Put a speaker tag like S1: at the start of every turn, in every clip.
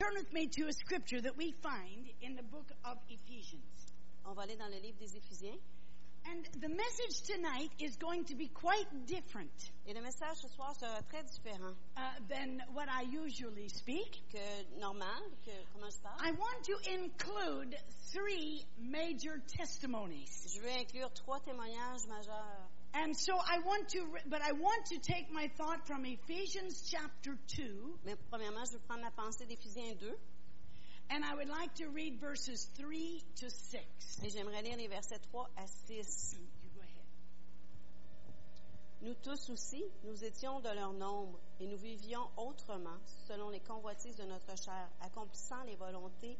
S1: turn with me to a scripture that we find in the book of Ephesians.
S2: On va aller dans le livre des Éphésiens.
S1: And the message tonight is going to be quite different
S2: Et le message ce soir sera très différent
S1: uh, than what I usually speak.
S2: que normal, que comment je parle.
S1: I want to include three major testimonies.
S2: Je veux inclure trois témoignages majeurs.
S1: And so I want to, re- but I want to take my thought from Ephesians chapter 2,
S2: Mais premièrement, je veux prendre la pensée d'Éphésiens 2
S1: and I would like to read verses 3 to 6.
S2: et j'aimerais lire les versets 3 à 6.
S1: You go ahead.
S2: Nous tous aussi, nous étions de leur nombre et nous vivions autrement, selon les convoitises de notre chair, accomplissant les volontés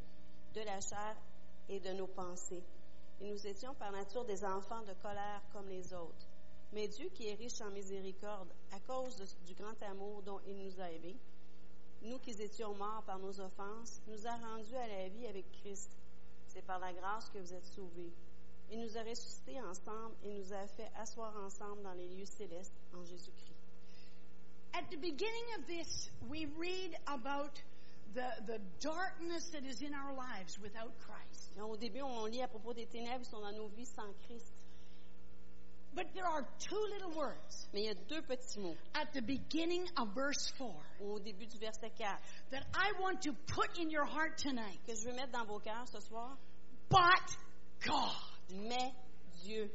S2: de la chair et de nos pensées. Et nous étions par nature des enfants de colère comme les autres. Mais Dieu, qui est riche en miséricorde, à cause de- du grand amour dont il nous a aimés, nous qui étions morts par nos offenses, nous a rendus à la vie avec Christ. C'est par la grâce que vous êtes sauvés. Il nous a ressuscités ensemble et nous a fait asseoir ensemble dans les lieux célestes en Jésus-Christ.
S1: At the beginning of this, we read about the, the darkness that is in our lives without Christ.
S2: Donc, Au début, on lit à propos des ténèbres qui sont dans nos vies sans Christ.
S1: But there are two little words
S2: Mais il y a deux petits mots
S1: at the beginning of verse 4
S2: au début du verset 4
S1: that I want to put in your heart tonight.
S2: que je veux mettre dans vos cœurs ce soir.
S1: But God.
S2: Mais Dieu.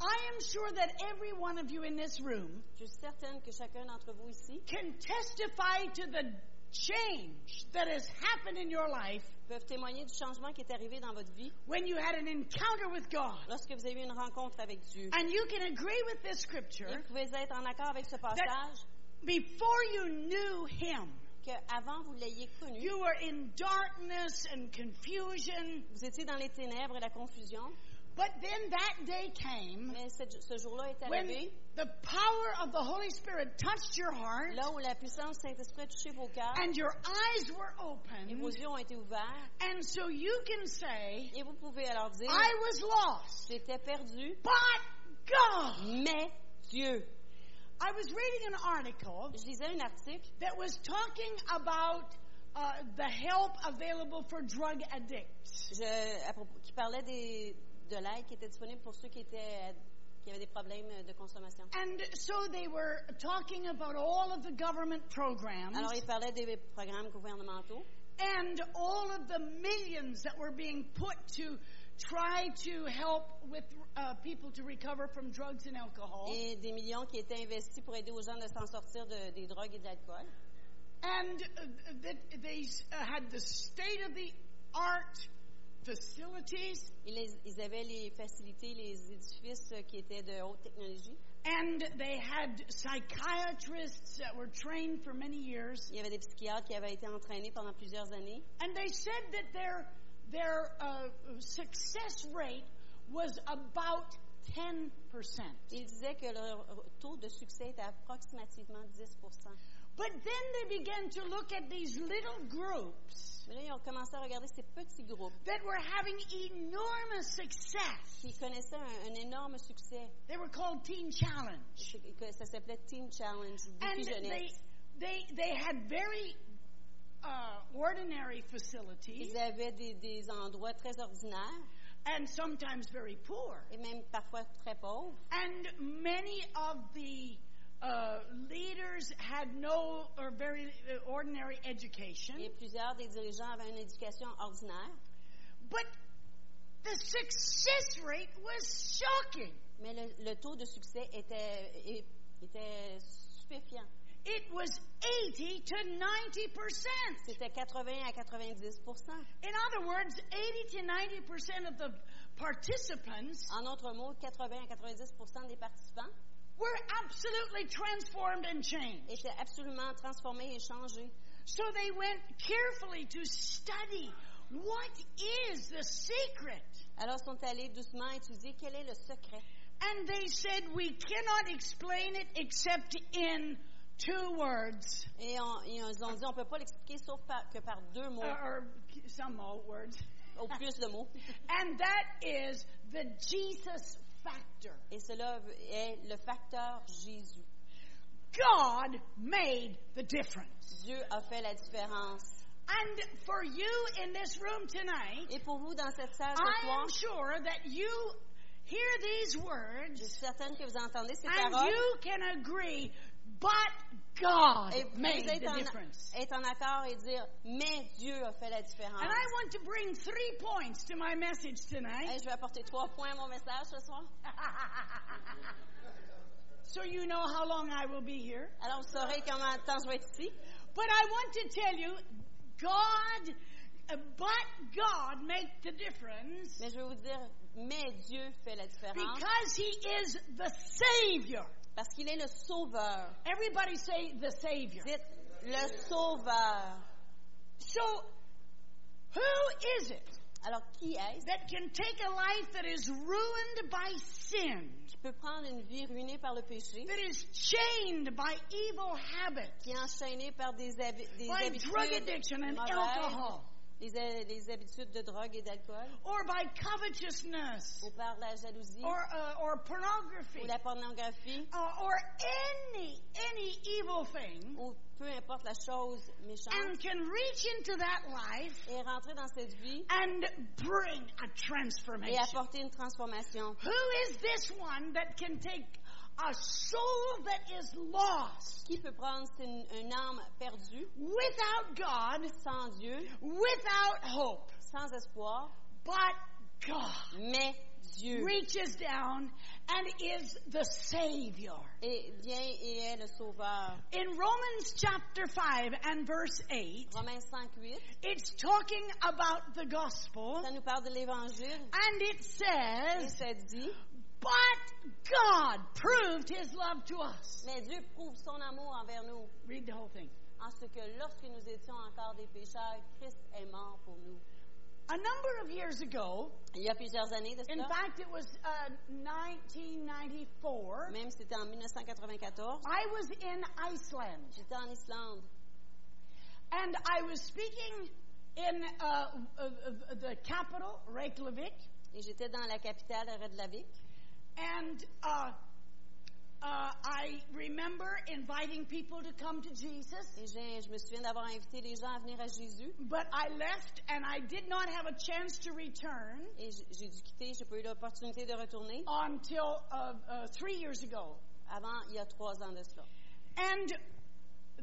S1: I am sure that every one of you in this room
S2: Je suis certaine que chacun d'entre vous ici
S1: can testify to the change that has happened in your life
S2: peuvent témoigner du changement qui est arrivé dans votre vie
S1: when you had an encounter with God.
S2: lorsque vous avez eu une rencontre avec Dieu.
S1: And you can agree with this scripture
S2: Et vous pouvez être en accord avec ce passage
S1: before you knew Him,
S2: que avant vous l'ayez connu,
S1: you were in darkness and confusion.
S2: vous étiez dans les ténèbres et la confusion,
S1: But then that day came
S2: mais cette- ce jour-là est
S1: when
S2: arrivé.
S1: the power of the Holy Spirit touched your heart
S2: Là où la puissance du Saint-Esprit a touché vos cœurs
S1: and your eyes were
S2: et vos
S1: opened.
S2: yeux ont été ouverts,
S1: And so you can say,
S2: et vous pouvez alors dire
S1: I was lost,
S2: J'étais perdu,
S1: but God.
S2: mais Dieu.
S1: I was reading an article
S2: Je lisais un article
S1: that was talking about uh, the help available for drug addicts.
S2: je- à propos- qui parlait des- de l'aide qui était disponible pour ceux qui, étaient, euh, qui avaient des problèmes euh, de consommation.
S1: And so they were talking about all of the government programs
S2: Alors, il parlait des programmes gouvernementaux
S1: and all of the millions that were being put to try to help with uh, people to recover from drugs and alcohol.
S2: et des millions qui étaient investis pour aider aux gens de s'en sortir de- des drogues et de l'alcool.
S1: And uh, that they uh, had the state of the art facilities
S2: Ils, les- ils avaient les facilités, les édifices euh, qui étaient de haute technologie.
S1: And they had psychiatrists that were trained for many years.
S2: Il y avait des psychiatres qui avaient été entraînés pendant plusieurs années.
S1: And they said that their, their uh, success rate was about 10%.
S2: Ils disaient que leur taux de succès était approximativement 10
S1: But then they began to look at these little groups
S2: Mais là, ils ont commencé à regarder ces petits groupes
S1: that were having enormous success.
S2: qui connaissaient un, un énorme succès.
S1: They were called Teen Challenge.
S2: C'est- que Ça s'appelait Teen Challenge,
S1: And
S2: défi
S1: they,
S2: jeunesse.
S1: they, they had very uh, ordinary facilities
S2: Ils avaient des, des endroits très ordinaires
S1: and sometimes very poor.
S2: et même parfois très pauvres.
S1: And many of the uh, leaders had no or very uh, ordinary education,
S2: Et plusieurs des dirigeants avaient une éducation ordinaire.
S1: but the success rate was shocking.
S2: Mais le, le taux de succès était, était stupéfiant.
S1: It was 80 to 90 percent.
S2: C'était 80 à 90
S1: In other words, 80 to 90 percent of the participants
S2: En autre mot, 80 à 90 des participants
S1: were absolutely transformed and changed.
S2: étaient absolument transformés et changés.
S1: So they went carefully to study what is the secret
S2: Alors, ils sont allés doucement étudier quel est le secret.
S1: And they said, We cannot explain it except in two words,
S2: Et on- ils ils ont dit, on ne peut pas l'expliquer sauf par- que par deux mots,
S1: or, or some old words.
S2: au plus le mot.
S1: and that is the Jesus factor.
S2: Et cela est le facteur Jésus.
S1: God made the difference.
S2: Dieu a fait la différence.
S1: And for you in this room tonight,
S2: Et pour vous, dans cette salle ce
S1: I
S2: soir,
S1: am sure that you hear these
S2: je
S1: words
S2: suis certaine que vous entendez ces
S1: and
S2: paroles.
S1: you can agree, but God
S2: Et vous
S1: made
S2: êtes
S1: the
S2: en,
S1: difference.
S2: êtes en accord et dire, mais Dieu a fait la différence.
S1: And I want to bring three points to my message
S2: Hey,
S1: tonight
S2: je vais apporter trois points à mon message ce soir.
S1: so you know how long I will be here.
S2: Alors, vous saurez comment de temps je vais être ici.
S1: But I want to tell you, God, uh, but God make the difference
S2: Mais je vais vous dire, mais Dieu fait la différence
S1: because He is the Savior.
S2: parce qu'il est le sauveur.
S1: Everybody say the Savior.
S2: Dites, le sauveur.
S1: So, who is it
S2: Alors, qui est-ce
S1: that can take a life that is ruined by sin,
S2: qui peut prendre une vie ruinée par le péché,
S1: that is chained by evil habits,
S2: qui est enchaînée par des, habi- des
S1: by drug
S2: habitudes
S1: addiction and
S2: mauvaises,
S1: alcohol,
S2: les, ha- les habitudes de drogue et d'alcool,
S1: or by covetousness,
S2: ou par la jalousie,
S1: or, uh, or pornography,
S2: ou la pornographie,
S1: uh, or any, any evil thing,
S2: ou peu importe la chose méchante,
S1: and can reach into that life
S2: et rentrer dans cette vie
S1: and bring a
S2: et
S1: transformation.
S2: apporter une transformation.
S1: Who is this one that can take a soul that is lost
S2: Qui peut prendre c'est une, une âme perdue,
S1: without God,
S2: sans Dieu,
S1: without hope?
S2: sans espoir,
S1: But God
S2: mais Dieu.
S1: reaches down and is the Savior.
S2: Et vient et est le sauveur.
S1: In Romans chapter 5 and verse 8,
S2: Romains 5, 8,
S1: it's talking about the gospel
S2: ça nous parle de l'Évangile.
S1: and it
S2: Et
S1: says,
S2: ça dit,
S1: But God proved his love to us.
S2: mais Dieu prouve son amour envers nous
S1: Read the whole thing.
S2: en ce que lorsque nous étions encore des pécheurs, Christ est mort pour nous.
S1: A number of years ago,
S2: Il y a plusieurs années de
S1: In
S2: cela,
S1: fact, it was uh, 1994.
S2: même c'était en 1994,
S1: I was in Iceland
S2: j'étais en Islande
S1: and I was speaking in uh, uh, uh, the capital, Reykjavik,
S2: et j'étais dans la capitale Reykjavik.
S1: and uh, uh, I remember inviting people to come to Jesus.
S2: Et j'ai- je me souviens d'avoir invité les gens à venir à Jésus.
S1: But I left and I did not have a chance to return
S2: Et j- j'ai dû quitter, j'ai pas eu l'opportunité de retourner
S1: until uh, uh, three years ago.
S2: avant il y a trois ans de cela.
S1: And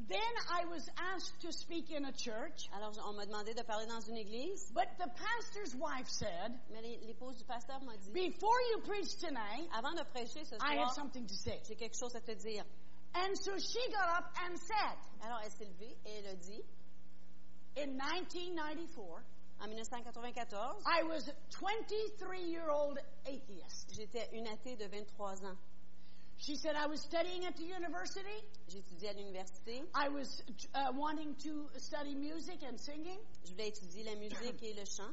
S1: then I was asked to speak in a church,
S2: Alors j- on m'a demandé de parler dans une église,
S1: but the pastor's wife said,
S2: mais l'é- l'épouse du pasteur m'a dit
S1: Before you preach tonight,
S2: avant de prêcher ce
S1: I have
S2: soir,
S1: something to say.
S2: j'ai quelque chose à te dire.
S1: And so she got up and said,
S2: Alors elle s'est levée et elle a dit
S1: in 1994,
S2: en 1994,
S1: I was a 23 year old atheist.
S2: j'étais une athée de 23 ans.
S1: She said, I was studying at the university.
S2: J'étudiais à l'université,
S1: I was uh, wanting to study music and singing.
S2: je voulais étudier la musique et le chant,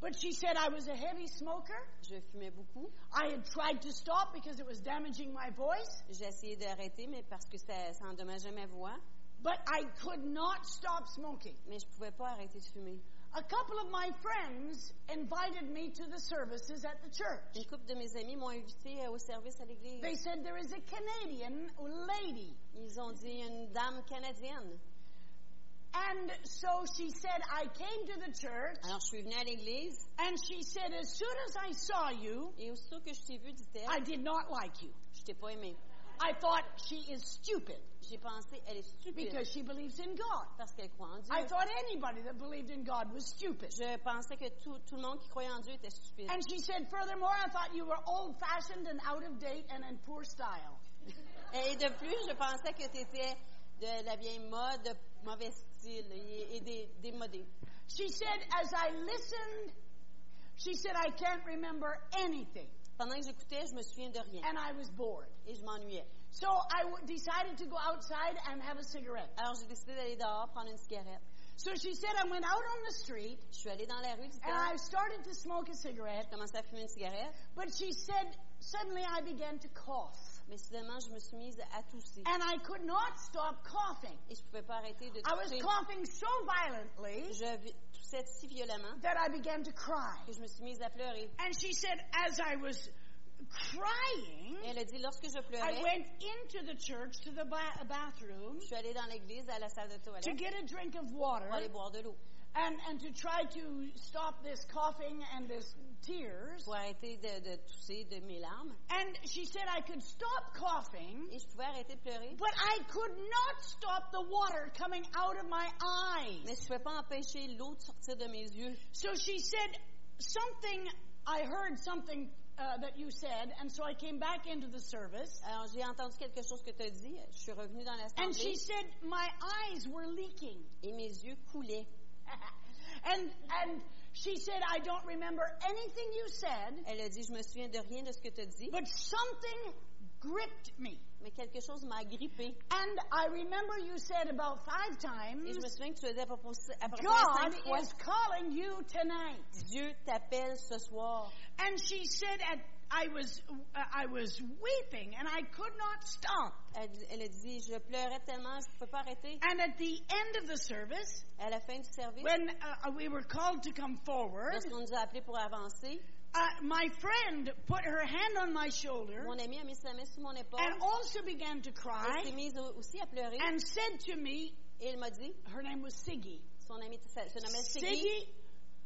S1: But she said, I was a heavy smoker.
S2: je fumais beaucoup,
S1: I had tried to stop because it was damaging my voice,
S2: j'ai essayé d'arrêter mais parce que ça, ça endommageait ma voix,
S1: but I could not stop smoking.
S2: mais je pouvais pas arrêter de fumer.
S1: A couple of my friends invited me to the services at the church.
S2: Une couple de mes amis m'ont invité euh, au service à l'église.
S1: They said there is a Canadian lady.
S2: Ils ont dit une dame canadienne.
S1: And so she said, I came to the church,
S2: Alors je suis venue à l'église
S1: and she said, as soon as I saw you,
S2: et aussitôt que je t'ai vue,
S1: I
S2: dit-elle,
S1: did not like you.
S2: je t'ai pas aimée.
S1: I thought she is stupid
S2: J'ai pensé, elle est stupide
S1: because she believes in God.
S2: parce qu'elle croit en
S1: I
S2: Dieu.
S1: thought anybody that believed in God was stupid.
S2: Je pensais que tout, tout le monde qui croyait en Dieu était stupide.
S1: And she said, furthermore, I thought you were old fashioned and out of date and in poor style.
S2: Et de plus, je pensais que tu étais de la vieille mode, de mauvais style et, et dé- démodé.
S1: She said, as I listened, she said, I can't remember anything.
S2: Pendant que j'écoutais, je me souviens de rien
S1: And I was bored.
S2: et je m'ennuyais.
S1: So I w- decided to go outside and have a cigarette.
S2: Alors j'ai décidé d'aller dehors prendre une cigarette.
S1: So she said, I went out on the street
S2: Je suis allée dans la rue,
S1: and I
S2: dit-elle.
S1: started to smoke a cigarette,
S2: Je commençais à fumer une cigarette,
S1: but she said, suddenly I began to cough.
S2: mais soudainement, je me suis mise à tousser.
S1: And I could not stop coughing.
S2: Et je pouvais pas arrêter de
S1: I was
S2: tousser.
S1: coughing so violently
S2: Je vi- toussais si violemment
S1: that I began to cry.
S2: que je me suis mise à pleurer.
S1: And she said, as I was crying,
S2: Et elle a dit, lorsque je
S1: I
S2: pleurais,
S1: went into the church to the ba- bathroom
S2: je suis allée dans l'église, à la salle de
S1: to
S2: toilette,
S1: get a drink of
S2: pour aller
S1: water
S2: boire de l'eau.
S1: and, and to try to stop this coughing and this tears.
S2: pour arrêter de, de tousser de mes larmes.
S1: And she said I could stop coughing,
S2: Et je pouvais arrêter de pleurer.
S1: but I could not stop the water coming out of my
S2: Mais
S1: eyes.
S2: je ne pouvais pas empêcher l'eau de sortir de mes yeux.
S1: So she said something, I heard something uh, that you said, and so I came back into the service.
S2: Alors, j'ai entendu quelque chose que tu as dit. Je suis revenue dans
S1: And
S2: l'assemblée
S1: she said my eyes were leaking.
S2: et mes yeux coulaient.
S1: and and she said, I don't remember anything you said,
S2: Elle a dit, je me souviens de rien de ce que tu as dit,
S1: but something gripped me.
S2: mais quelque chose m'a grippé.
S1: And I remember you said about five
S2: Et je me
S1: times,
S2: souviens que tu as dit à propos à propos de
S1: God
S2: cinq fois,
S1: is calling you tonight.
S2: Dieu t'appelle ce soir.
S1: And she said, at, I was uh, I was weeping and I could not stop.
S2: Elle, elle a dit, je pleurais tellement, je ne peux pas arrêter.
S1: And at the end of the service,
S2: À la fin du service,
S1: when uh, we were called to come forward,
S2: lorsqu'on nous a appelés pour avancer,
S1: uh, my friend put her hand on my shoulder
S2: mon ami a mis sa main sur mon épaule.
S1: and also began to
S2: Elle
S1: cry.
S2: s'est mise au- aussi à pleurer
S1: and said to me,
S2: et elle m'a dit,
S1: her name was Siggy.
S2: son ami sa- se nommait Siggy.
S1: Siggy,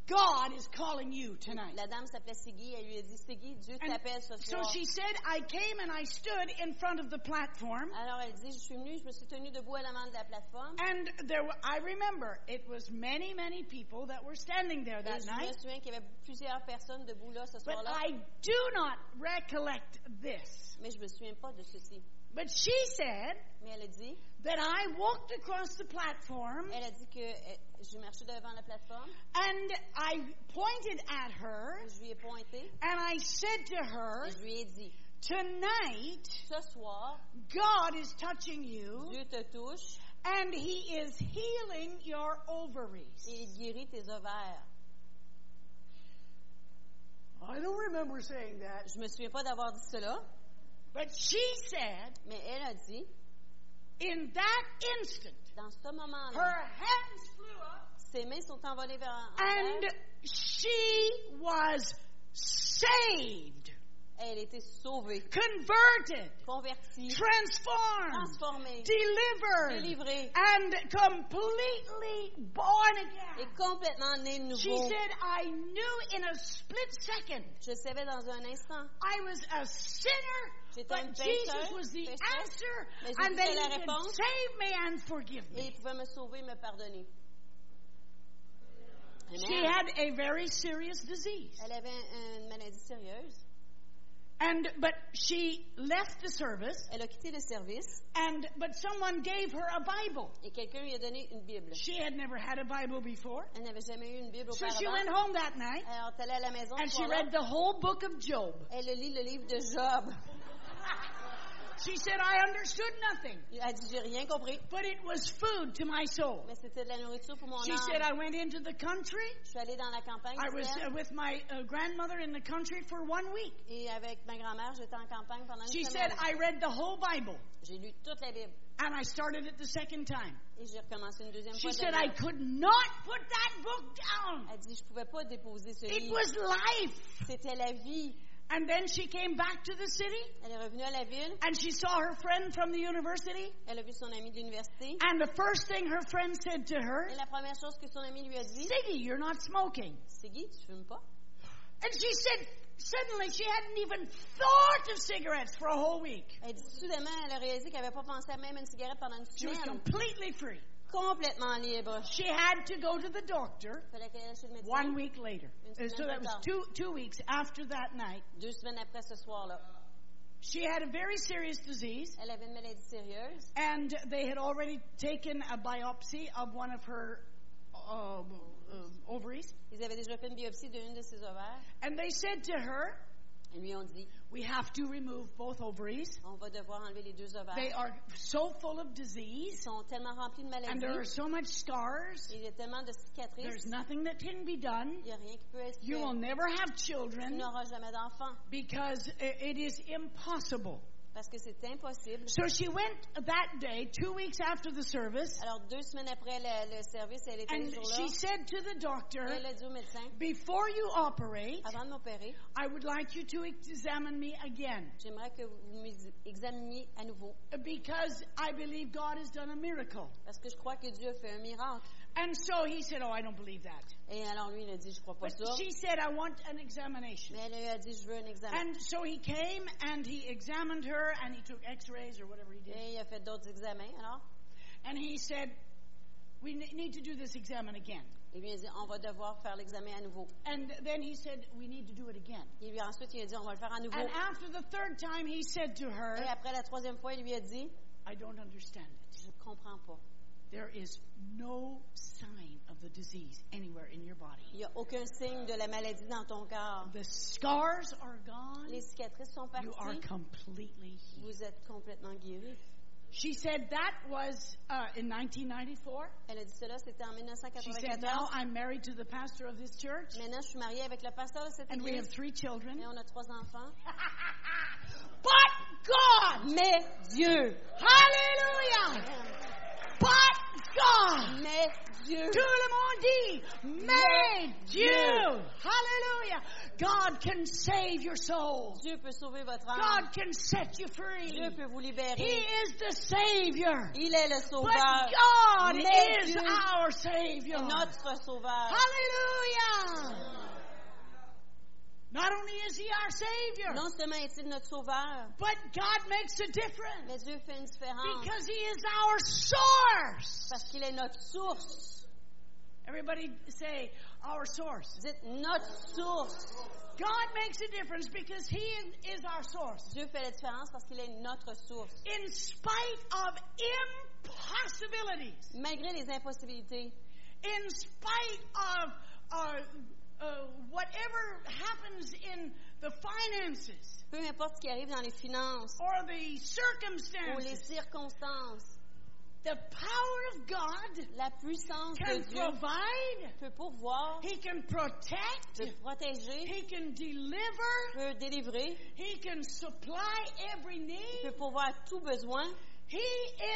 S1: God is calling you tonight.
S2: La dame s'appelait Siggy, elle lui a dit, Siggy, Dieu
S1: And
S2: t'appelle ce
S1: so
S2: soir.
S1: she said, I came and I stood in front of the platform,
S2: Alors elle dit, je suis venue, je me suis tenue debout à l'avant de la plateforme.
S1: and there were, I remember it was many, many people that were standing there
S2: Et
S1: that
S2: je me
S1: night.
S2: souviens qu'il y avait plusieurs personnes debout là ce
S1: But
S2: soir-là,
S1: I do not recollect this.
S2: mais je me souviens pas de ceci.
S1: But she said
S2: Mais elle a dit,
S1: that I walked across the platform
S2: elle a dit que euh, j'ai marché devant la plateforme,
S1: and I pointed at her
S2: je lui ai pointé
S1: and I said to her,
S2: et je lui ai dit,
S1: Tonight,
S2: ce soir,
S1: God is touching you.
S2: Dieu te touche
S1: And he is healing your ovaries.
S2: et il guérit tes ovaires.
S1: I don't remember saying that.
S2: Je me souviens pas d'avoir dit cela,
S1: But she said,
S2: mais elle a dit,
S1: in that instant,
S2: dans ce moment-là,
S1: her hands flew up
S2: ses mains sont envolées vers en
S1: and
S2: l'air.
S1: she was saved,
S2: elle était sauvée,
S1: converted,
S2: convertie,
S1: transformed,
S2: transformée,
S1: delivered,
S2: délivrée
S1: and completely born
S2: et
S1: again.
S2: complètement née de
S1: She
S2: nouveau.
S1: said, I knew in a split second
S2: Je savais dans un instant
S1: I was a sinner,
S2: J'étais
S1: but
S2: une
S1: Jesus
S2: pécheuse,
S1: was the
S2: pécheuse, mais
S1: answer,
S2: Jésus
S1: and that
S2: était la
S1: He could
S2: réponse.
S1: save me and forgive
S2: et
S1: me.
S2: il pouvait me sauver, me pardonner.
S1: She
S2: Amen.
S1: had a very serious disease,
S2: Elle avait un- une maladie sérieuse.
S1: and but she left the service,
S2: Elle a quitté le service
S1: and but someone gave her a Bible.
S2: et quelqu'un lui a donné une Bible.
S1: She had never had a Bible before,
S2: Elle n'avait jamais eu une Bible
S1: so she went
S2: auparavant.
S1: home that night
S2: Alors, elle est allée à la maison.
S1: and
S2: ce
S1: she
S2: soir-là.
S1: read the whole book of Job.
S2: Elle a lit le livre de Job.
S1: She said, "I understood nothing,
S2: Elle a dit, j'ai rien compris.
S1: but it was food to my soul."
S2: Mais c'était de la nourriture pour mon
S1: She
S2: âme.
S1: said, "I went into the country.
S2: Je suis allée dans la campagne.
S1: I was
S2: disait-elle,
S1: uh, with my uh, grandmother in the country for one week."
S2: Et avec ma grand-mère, j'étais en campagne pendant une
S1: She said,
S2: semaine.
S1: I read the whole Bible
S2: J'ai lu toute la Bible.
S1: and I started it the second time.
S2: Et j'ai recommencé une deuxième
S1: She
S2: fois. de
S1: said,
S2: la
S1: I
S2: Bible.
S1: could not put that book down.
S2: Elle dit, je pouvais pas déposer ce
S1: It
S2: livre.
S1: was life.
S2: C'était la vie.
S1: And then she came back to the city
S2: Elle est revenue à la ville.
S1: and she saw her friend from the university.
S2: Elle a vu son ami de l'université.
S1: And the first thing her friend said to her,
S2: Et la première chose que son ami lui a dit,
S1: Ziggy, you're not smoking.
S2: c'est Guy, tu fumes pas?
S1: And she said, suddenly she hadn't even thought of cigarettes for a whole week.
S2: Elle dit, soudainement, elle a réalisé qu'elle n'avait pas pensé à même une cigarette pendant une
S1: She was
S2: semaine.
S1: completely free.
S2: Complètement libre.
S1: She had to go to the doctor
S2: Il fallait qu'elle aille chez le médecin.
S1: one week later.
S2: Une
S1: And so
S2: semaine
S1: that
S2: plus
S1: was
S2: tard.
S1: two, two weeks after that night.
S2: Deux semaines après ce soir-là.
S1: She had a very serious disease,
S2: Elle avait une maladie sérieuse.
S1: and they had already taken a biopsy of one of her um, uh, ovaries.
S2: Ils avaient déjà fait une biopsie d'une de ses ovaires.
S1: And they said to her,
S2: Ils lui ont dit,
S1: We have to remove both ovaries.
S2: on va devoir enlever les deux ovaires.
S1: They are so full of
S2: Ils
S1: disease,
S2: sont tellement remplis de
S1: and
S2: maladies.
S1: there are so much scars.
S2: Il y a tellement de cicatrices.
S1: There's nothing that can be done.
S2: Il n'y a rien qui peut être
S1: You will
S2: fait.
S1: never have
S2: Tu
S1: children
S2: n'auras jamais d'enfant
S1: because i- it is impossible.
S2: parce que c'est impossible.
S1: So she went that day, two weeks after the service,
S2: Alors, deux semaines après le, le service, elle était allée
S1: and
S2: ce jour-là.
S1: she said to the doctor,
S2: Elle a dit au médecin,
S1: Before you operate,
S2: avant de m'opérer,
S1: I would like you to examine me again
S2: j'aimerais que vous m'examiniez à nouveau
S1: because I believe God has done a miracle.
S2: parce que je crois que Dieu a fait un miracle.
S1: And so he said, Oh, I don't believe that.
S2: Et alors lui, il a dit, je crois pas
S1: But
S2: ça.
S1: she said, I want an examination.
S2: Mais elle lui a dit, je veux un examen.
S1: And so he came and he examined her and he took x rays or whatever he did.
S2: Et il a fait d'autres examens, alors.
S1: And he said, We ne- need to do this examen again.
S2: Et lui, il a dit, on va devoir faire l'examen à nouveau.
S1: And then he said, We need to do it again.
S2: Et lui, ensuite, il a dit, on va le faire à nouveau.
S1: And after the third time, he said to her,
S2: Et après la troisième fois, il lui a dit,
S1: I don't understand it.
S2: je comprends pas.
S1: There is no sign of the disease anywhere in your
S2: Il
S1: body.
S2: n'y a aucun signe de la maladie dans ton corps.
S1: The scars are gone.
S2: Les cicatrices sont
S1: You are
S2: parties.
S1: completely healed.
S2: Vous êtes complètement guéri.
S1: She said that was uh, in 1994.
S2: Elle a dit cela, c'était en
S1: She said, Now
S2: 1994.
S1: I'm married to the pastor of this church,
S2: Maintenant, je suis mariée avec le pasteur de cette
S1: and we have
S2: église.
S1: three children.
S2: Et on a trois enfants.
S1: But God!
S2: Mais Dieu!
S1: Hallelujah! But God!
S2: Mais Dieu!
S1: Tout le monde dit, mais Dieu! Hallelujah! God can save your soul.
S2: Dieu peut sauver votre âme.
S1: God can set you free.
S2: Dieu peut vous
S1: He
S2: libérer.
S1: is the Savior.
S2: Il est le
S1: But
S2: sauveur.
S1: God
S2: Mais
S1: is
S2: Dieu
S1: our Savior.
S2: est notre sauveur.
S1: Hallelujah! Not only is He our Savior,
S2: Non seulement est-il notre sauveur,
S1: but God makes a difference
S2: mais Dieu fait une différence.
S1: because He is our source.
S2: Parce qu'il est notre source.
S1: Everybody say, our source.
S2: Dites notre source.
S1: God makes a difference because He is our source.
S2: Dieu fait la différence parce qu'il est notre source.
S1: In spite of impossibilities,
S2: Malgré les impossibilités,
S1: in spite of uh, uh, whatever happens in the finances
S2: peu importe ce qui arrive dans les finances
S1: or the
S2: ou les
S1: circumstances,
S2: circonstances,
S1: the power of God
S2: la puissance de
S1: can
S2: Dieu
S1: provide,
S2: peut pourvoir,
S1: He can protect,
S2: peut protéger,
S1: He can deliver,
S2: peut délivrer,
S1: He can supply every
S2: peut
S1: need.
S2: pourvoir à tout besoin.
S1: He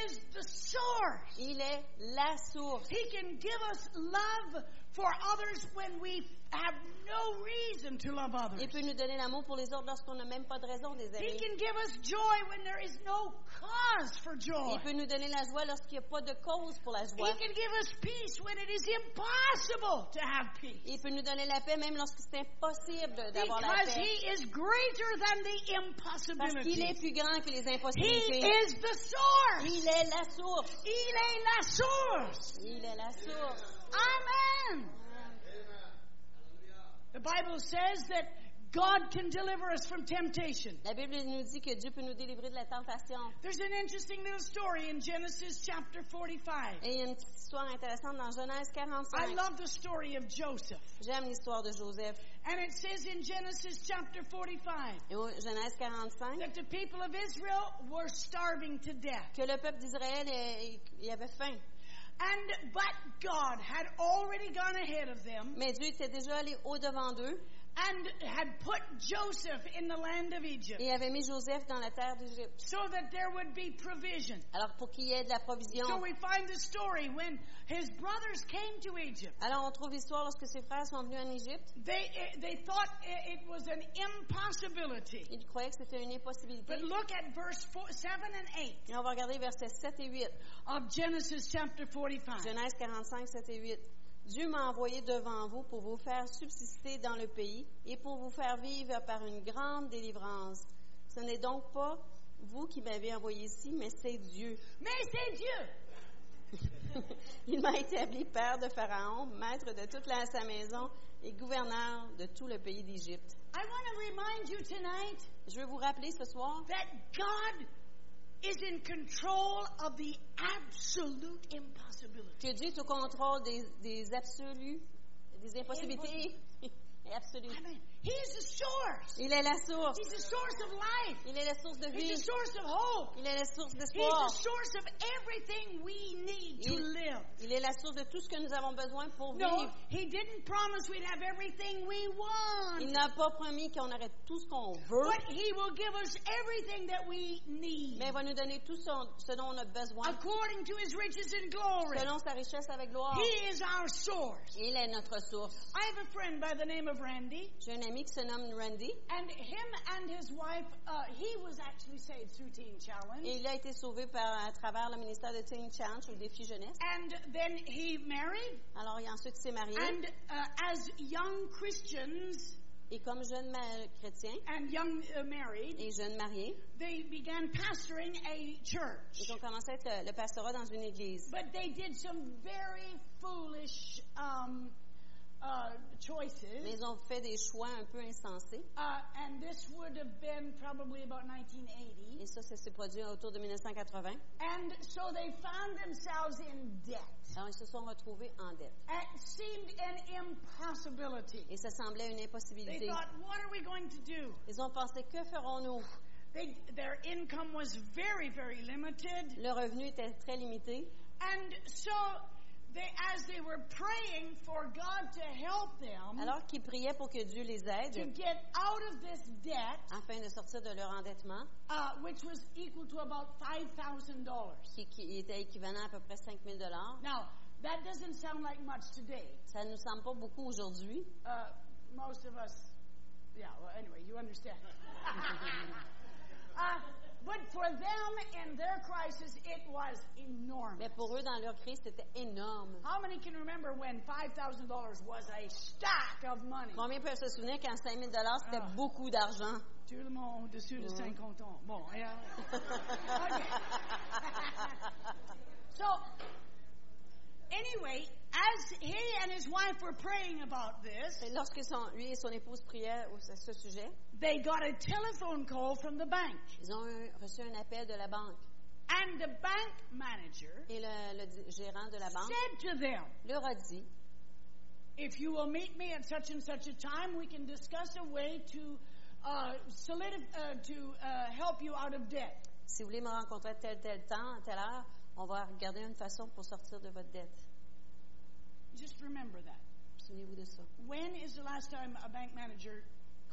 S1: is the source.
S2: Il est la source.
S1: He can give us love for others when we have no reason to love others.
S2: Il peut nous donner l'amour pour les autres lorsqu'on n'a même pas de raison des
S1: He
S2: amis.
S1: can give us joy when there is no cause for joy.
S2: Il peut nous donner la joie lorsqu'il n'y a pas de cause pour la
S1: He
S2: joie.
S1: can give us peace when it is impossible to have peace.
S2: Il peut nous donner la paix même lorsque c'est impossible d'avoir la
S1: Because
S2: paix.
S1: He is greater than the
S2: Parce qu'il est
S1: impossibility.
S2: plus grand que les
S1: He
S2: impossibilités.
S1: is the source.
S2: Il est la source.
S1: Il est la source.
S2: Il est la source.
S1: Amen. The Bible says that God can deliver us from temptation.
S2: La Bible nous dit que Dieu peut nous délivrer de la tentation.
S1: There's an interesting little story in Genesis chapter 45.
S2: Et il y a une petite histoire intéressante dans Genèse
S1: I
S2: 45.
S1: love the story of Joseph.
S2: J'aime l'histoire de Joseph.
S1: And it says in Genesis chapter 45
S2: Et au Genèse 45,
S1: that the people of Israel were starving to death.
S2: que le peuple d'Israël eh, il avait faim.
S1: And but God had already gone ahead of them
S2: Mais Dieu était déjà allé au-devant d'eux
S1: and had put Joseph in the land of Egypt
S2: et avait mis Joseph dans la terre d'Égypte.
S1: so that there would be provision.
S2: Alors pour qu'il y ait de la provision.
S1: So we find the story when his brothers came to Egypt.
S2: Alors on trouve l'histoire lorsque ses frères sont venus en Égypte.
S1: They eh, they thought it was an impossibility.
S2: Ils croyaient que c'était une impossibilité.
S1: But look at verse four, 7 and 8
S2: Et on va regarder versets 7 et 8.
S1: of Genesis chapter 45.
S2: Genèse 45, 7 et 8. Dieu m'a envoyé devant vous pour vous faire subsister dans le pays et pour vous faire vivre par une grande délivrance. Ce n'est donc pas vous qui m'avez envoyé ici, mais c'est Dieu.
S1: Mais c'est Dieu
S2: Il m'a établi père de Pharaon, maître de toute la- sa maison et gouverneur de tout le pays d'Égypte.
S1: I want to remind you tonight
S2: Je veux vous rappeler ce soir
S1: that God is in control of the absolute impossibility.
S2: que Dieu est au contrôle des, des absolus, des impossibilités et absolus.
S1: I mean, He is the source.
S2: Il est la source.
S1: He's the source of life.
S2: Il est la source de
S1: He's the
S2: vie.
S1: source of hope.
S2: Il est la source
S1: He's the
S2: d'espoir.
S1: source of everything we need to
S2: Il-
S1: live.
S2: Il est la source de tout ce que nous avons besoin pour
S1: No,
S2: vivre.
S1: He didn't promise we'd have everything we
S2: Il
S1: want,
S2: n'a pas promis qu'on aurait tout ce qu'on veut,
S1: but He will give us everything that we need
S2: mais il va nous donner tout ce, ce dont on a besoin,
S1: according to His riches and glory.
S2: selon sa richesse avec gloire.
S1: He is our source.
S2: Il est notre source.
S1: I have a friend by the name of Randy.
S2: J'ai un ami ami qui se nomme Randy.
S1: And him and his wife, uh, he was actually saved through Teen Challenge.
S2: Et il a été sauvé par, à travers le ministère de Teen Challenge, le défi jeunesse.
S1: And then he married.
S2: Alors, il ensuite il s'est marié.
S1: And uh, as young Christians
S2: Et comme jeune ma- chrétien
S1: and young uh, married,
S2: et jeune marié,
S1: they began pastoring a church.
S2: ils ont commencé à être le, le pastorat dans une église.
S1: But they did some very foolish um, uh,
S2: Mais
S1: choices.
S2: ils ont fait des choix un peu insensés.
S1: Uh, and this would have been probably about 1980.
S2: Et ça, ça s'est produit autour de 1980.
S1: And so they found themselves in debt.
S2: Alors, ils se sont retrouvés en dette.
S1: It seemed an impossibility.
S2: Et ça semblait une
S1: They
S2: impossibilité.
S1: thought, what are we going to do?
S2: Ils ont pensé, que ferons-nous?
S1: They, their income was very, very limited.
S2: Le revenu était très limité.
S1: And so, they, as they were praying for God to help them
S2: Alors qu'ils priaient pour que Dieu les
S1: to
S2: aide
S1: get out of this debt,
S2: afin de sortir de leur endettement,
S1: uh, which was equal to about $5,000.
S2: qui, qui était équivalent à peu près 5 000
S1: Now, that doesn't sound like much today.
S2: Ça ne nous semble pas beaucoup aujourd'hui.
S1: Uh, most of us, yeah, well, anyway, you understand. uh, but for them in their crisis, it was enormous.
S2: Mais pour eux, dans leur crise, c'était énorme.
S1: How many can remember when $5,000 was a stack of money?
S2: Combien peuvent se souvenir qu'en 5 000 c'était
S1: Ah.
S2: beaucoup d'argent?
S1: Tout le monde au-dessus de 50 ans. Bon, yeah. so, anyway, as he and his wife were praying about this,
S2: Et Lorsque son- lui et son épouse priaient au- à ce sujet,
S1: they got a telephone call from the bank.
S2: ils ont eu- reçu un appel de la banque.
S1: And the bank manager
S2: Et le, le di- gérant de la banque
S1: said to them,
S2: leur a dit,
S1: If you will meet me at such and such a time, we can discuss a way to uh, solidif- uh, to uh, help you out of debt.
S2: si vous voulez me rencontrer à tel, tel temps, à telle heure, on va regarder une façon pour sortir de votre dette.
S1: Just remember that.
S2: Souvenez-vous de ça.
S1: When is the last time a bank manager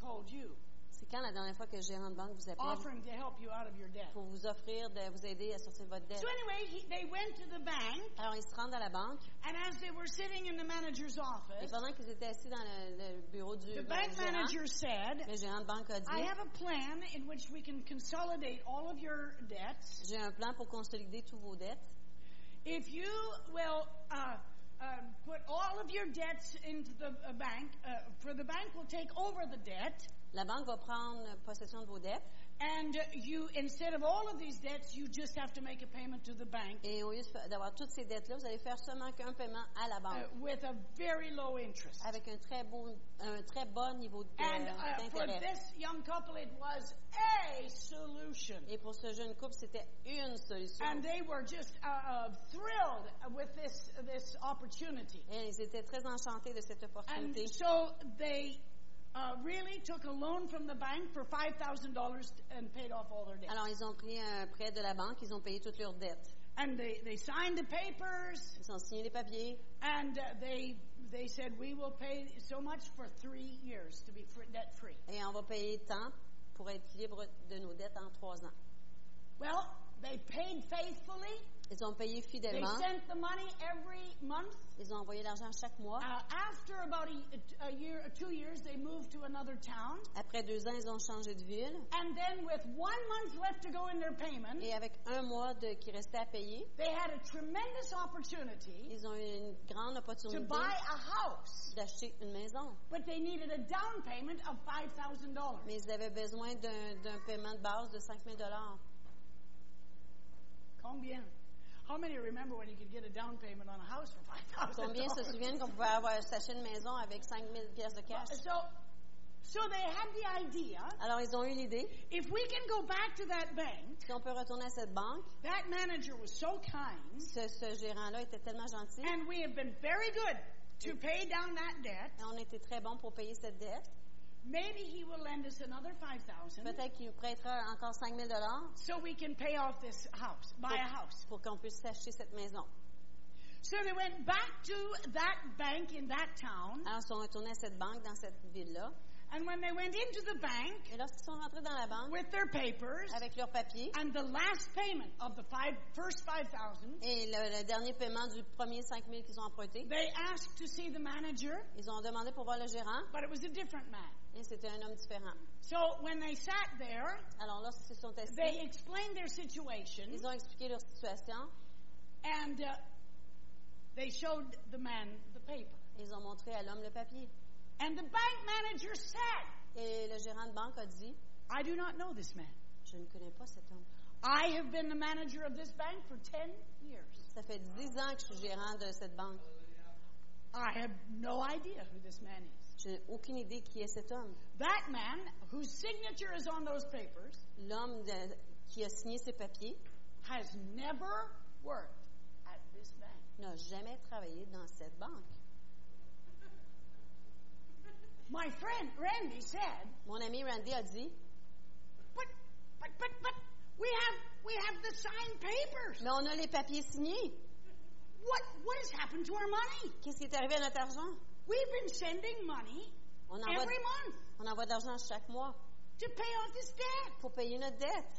S1: called you
S2: C'est quand la dernière fois que le gérant de banque vous appelle
S1: offering to help you out of your debt?
S2: pour vous offrir de vous aider à sortir de votre dette?
S1: So anyway, he, they went to the bank,
S2: Alors, ils se rendent à la banque
S1: and as they were sitting in the manager's
S2: et
S1: office,
S2: pendant qu'ils étaient assis dans le, le bureau du,
S1: the
S2: du
S1: bank
S2: gérant,
S1: manager said,
S2: le gérant de banque a
S1: "I
S2: dit,
S1: have a plan in which we can consolidate all of your debts
S2: j'ai un plan pour consolider toutes vos dettes.
S1: if you will uh, uh, put all of your debts into the uh, bank. Uh, for the bank will take over the debt,
S2: La banque va prendre possession de vos dettes
S1: and uh, you instead of all of these debts, you just have to make a payment to the bank."
S2: et au lieu de fa- d'avoir toutes ces dettes-là, vous allez faire seulement qu'un paiement à la
S1: uh,
S2: banque
S1: with a very low interest.
S2: avec un très, beau, un très bon niveau de-
S1: And uh, for
S2: d'intérêt.
S1: this young couple, it was a solution.
S2: Et pour ce jeune couple, c'était une solution.
S1: And they were just uh, uh, thrilled with this this opportunity.
S2: Et ils étaient très enchantés de cette
S1: And
S2: opportunité.
S1: so they uh, really took a loan from the bank for five thousand dollars and paid off all their debt.
S2: Alors, ils ont pris un prêt de la banque, ils ont payé toutes leurs dettes.
S1: And they, they signed the papers,
S2: Ils ont signé les papiers.
S1: and uh, they they said we will pay so much for three years to be fr- debt free.
S2: et on va payer tant pour être libre de nos dettes en trois ans.
S1: Well, they paid faithfully.
S2: Ils ont payé
S1: They
S2: fidèlement.
S1: sent the money every month.
S2: Ils ont envoyé l'argent chaque mois.
S1: Uh, after about a, a year, two years, they moved to another town.
S2: Après deux ans, ils ont changé de ville.
S1: And then, with one month left to go in their payment,
S2: Et avec un mois de, qui restait à payer,
S1: they had a tremendous opportunity
S2: ils ont eu une grande
S1: to
S2: opportunité
S1: buy a house.
S2: d'acheter une maison.
S1: But they needed a down payment of $5,000.
S2: Mais ils avaient besoin d'un d'un paiement de base de 5 000
S1: Combien? How many remember when you could get a down payment on a house for
S2: Combien se
S1: $5,000?
S2: souviennent qu'on pouvait avoir s'acheter une maison avec 5 000 pièces de cash?
S1: So, so they had the idea
S2: Alors, ils ont eu l'idée.
S1: if we can go back to that bank,
S2: Si on peut retourner à cette banque,
S1: that manager was so kind.
S2: ce, ce gérant-là était tellement gentil. Et
S1: And we have been very good to pay down that debt.
S2: on était très bon pour payer cette dette.
S1: Maybe he will lend us another five thousand
S2: Peut-être qu'il nous prêtera encore 5 000
S1: so we can pay off this house, buy a house.
S2: pour qu'on puisse s'acheter cette maison.
S1: So they went back to that bank in that town
S2: Alors, ils sont retournés à cette banque dans cette ville-là
S1: And when they went into the bank
S2: Et lorsqu'ils sont rentrés dans la banque
S1: with their papers
S2: avec leurs papiers
S1: and the last payment of the five, first 5,000,
S2: et le, le dernier paiement du premier 5 000 qu'ils ont emprunté,
S1: they asked to see the manager,
S2: ils ont demandé pour voir le gérant
S1: but it was a different man.
S2: et c'était un homme différent.
S1: So when they sat there,
S2: Alors lorsqu'ils se sont
S1: they
S2: assis,
S1: explained their situation
S2: ils ont expliqué leur situation,
S1: and uh, they showed the man the paper.
S2: ils ont montré à l'homme le papier.
S1: And the bank manager said,
S2: Et le gérant de banque a dit,
S1: I do not know this man.
S2: je ne connais pas cet homme.
S1: I have been the manager of this bank for 10 years.
S2: Ça fait 10 ans que je suis gérant de cette banque.
S1: I have no idea who this man is.
S2: Je n'ai aucune idée qui est cet homme.
S1: That man, whose signature is on those papers,
S2: L'homme de- qui a signé ces papiers
S1: has never worked at this bank.
S2: n'a jamais travaillé dans cette banque.
S1: My friend Randy said,
S2: Mon ami Randy a dit,
S1: but, but, but, but, we have, we have the signed papers.
S2: mais on a les papiers signés.
S1: What, what has happened to our money?
S2: Qu'est-ce qui est arrivé à notre argent?
S1: We've been sending money
S2: On
S1: every
S2: envoie,
S1: month
S2: on envoie de l'argent chaque mois
S1: to pay off this debt.
S2: pour payer notre dette.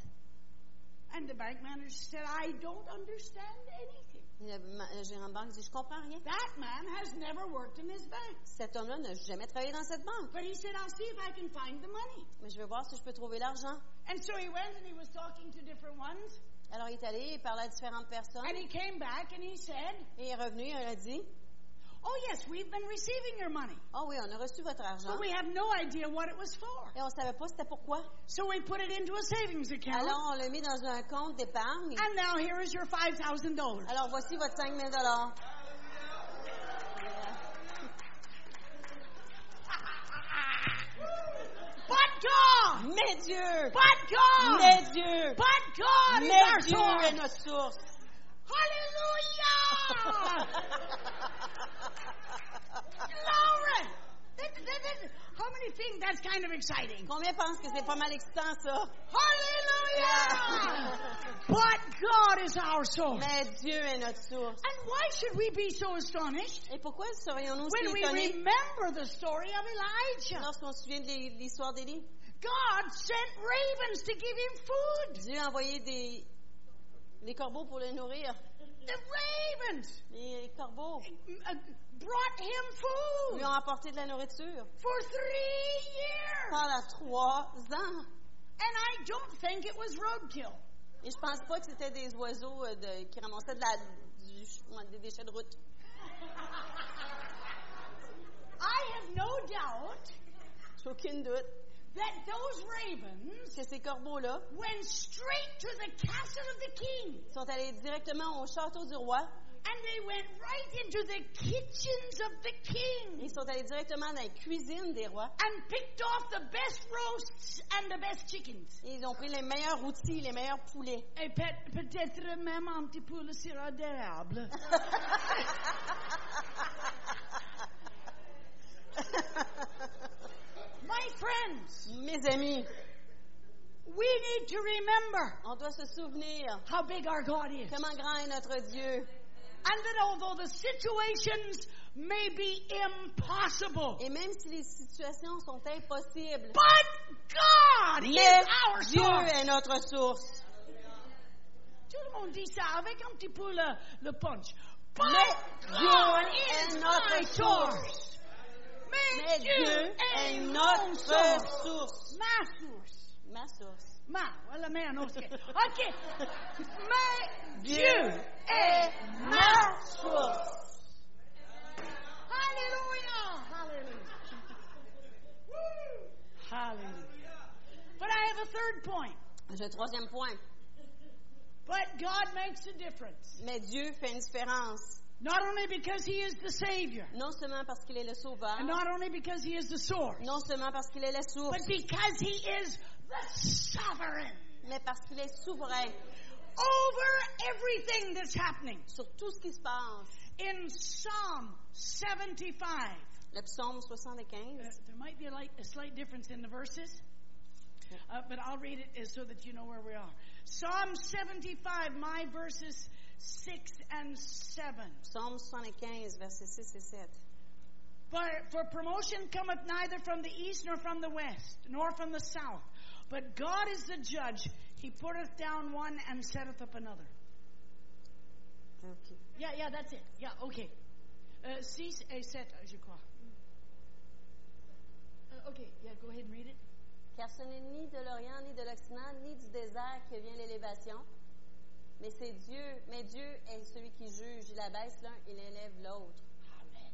S1: And the bank manager said, I don't understand anything.
S2: Et Le, ma- le gérant de banque dit, je comprends rien.
S1: That man has never worked in this bank.
S2: Cet homme-là n'a jamais travaillé dans cette banque.
S1: But he said, I'll see if I can find the money.
S2: Mais je vais voir si je peux trouver l'argent.
S1: And so he went and he was talking to different ones.
S2: Alors il est allé, il parlait à différentes personnes.
S1: And he came back and he said,
S2: Et il est revenu, il a dit,
S1: Oh, yes, we've been receiving your money.
S2: oh oui, on a reçu votre argent.
S1: But we have no idea what it was for.
S2: Et on ne savait pas c'était pourquoi.
S1: So we put it into a savings account.
S2: Alors on l'a mis dans un compte d'épargne.
S1: And now here is your $5,000.
S2: Alors voici votre 5 000 dollars.
S1: But God!
S2: Mais Dieu!
S1: But God!
S2: Mais Dieu!
S1: But God is
S2: Mais
S1: our
S2: Dieu est
S1: source!
S2: notre source!
S1: Hallelujah! Glory! That- that- that- how many think that's kind of exciting?
S2: Combien pensent que c'est pas mal excitant, ça?
S1: Hallelujah! But God is our source.
S2: Mais Dieu est notre source.
S1: And why should we be so astonished
S2: Et pourquoi serions-nous
S1: when
S2: si
S1: we
S2: étonnés
S1: remember the story of Elijah?
S2: lorsqu'on se souvient de l'hi- l'histoire d'Élie?
S1: God sent ravens to give him food.
S2: Dieu a envoyé des, des corbeaux pour le nourrir.
S1: The ravens
S2: Les corbeaux
S1: uh, brought him
S2: lui
S1: food
S2: ont apporté de la nourriture
S1: for three years.
S2: pendant trois ans.
S1: And I don't think it was roadkill.
S2: Et je pense pas que c'était des oiseaux euh, de- qui ramassaient de la, du- ouais, des déchets de route.
S1: I have no doubt
S2: J'ai aucune doute
S1: that those ravens
S2: que ces corbeaux-là
S1: went straight to the castle of the king.
S2: sont allés directement au château du roi.
S1: And they went right into the kitchens of the king
S2: Ils sont allés directement dans la cuisine des rois.
S1: and picked off the best roasts and the best chickens.
S2: Et ils ont pris les meilleurs outils, les meilleurs poulets.
S1: Et peut- peut-être même un petit peu le sirop d'érable. My friends,
S2: Mes amis,
S1: we need to remember
S2: on doit se souvenir
S1: how big our God is.
S2: comment grand est notre Dieu.
S1: And that although the situations may be impossible,
S2: Et même si les situations sont impossibles,
S1: but God
S2: mais
S1: is our
S2: Dieu
S1: source.
S2: est notre source.
S1: Tout le monde dit ça avec un petit peu le, le punch. But
S2: Mais Dieu
S1: God
S2: est
S1: is
S2: notre
S1: my
S2: source.
S1: source.
S2: Mais Dieu est
S1: mon
S2: notre
S1: source.
S2: source.
S1: Ma source.
S2: Ma source.
S1: Ma, voilà, mais non, c'est- OK. Mais Dieu est
S2: est
S1: e ma
S2: source.
S1: Hallelujah! Hallelujah! Woo! Hallelujah! But I have a third point.
S2: J'ai un troisième point.
S1: But God makes a difference.
S2: Mais Dieu fait une différence.
S1: Not only because He is the Savior,
S2: Non seulement parce qu'il est le sauveur,
S1: and not only because He is the source,
S2: non seulement parce qu'il est la source,
S1: but because He is the sovereign
S2: mais parce qu'il est souverain
S1: over everything that's happening.
S2: sur tout ce qui se passe.
S1: In Psalm 75,
S2: Le psaume
S1: uh,
S2: 75.
S1: there might be a, light, a slight difference in the verses, uh, but I'll read it uh, so that you know where we are. Psalm 75, my verses 6 and 7.
S2: Psaume 75, versets 6 et 7.
S1: For, for promotion cometh neither from the east nor from the west, nor from the south. But God is the judge. He putteth down one and setteth up another.
S2: OK.
S1: Yeah, yeah, that's it. Yeah, okay. Euh, 6 et 7, je crois. Euh, okay, yeah, go ahead and read it.
S2: Car ce n'est ni de l'Orient, ni de l'Occident, ni du désert que vient l'élévation, mais c'est Dieu, mais Dieu est celui qui juge. Il abaisse l'un, il élève l'autre.
S1: Amen.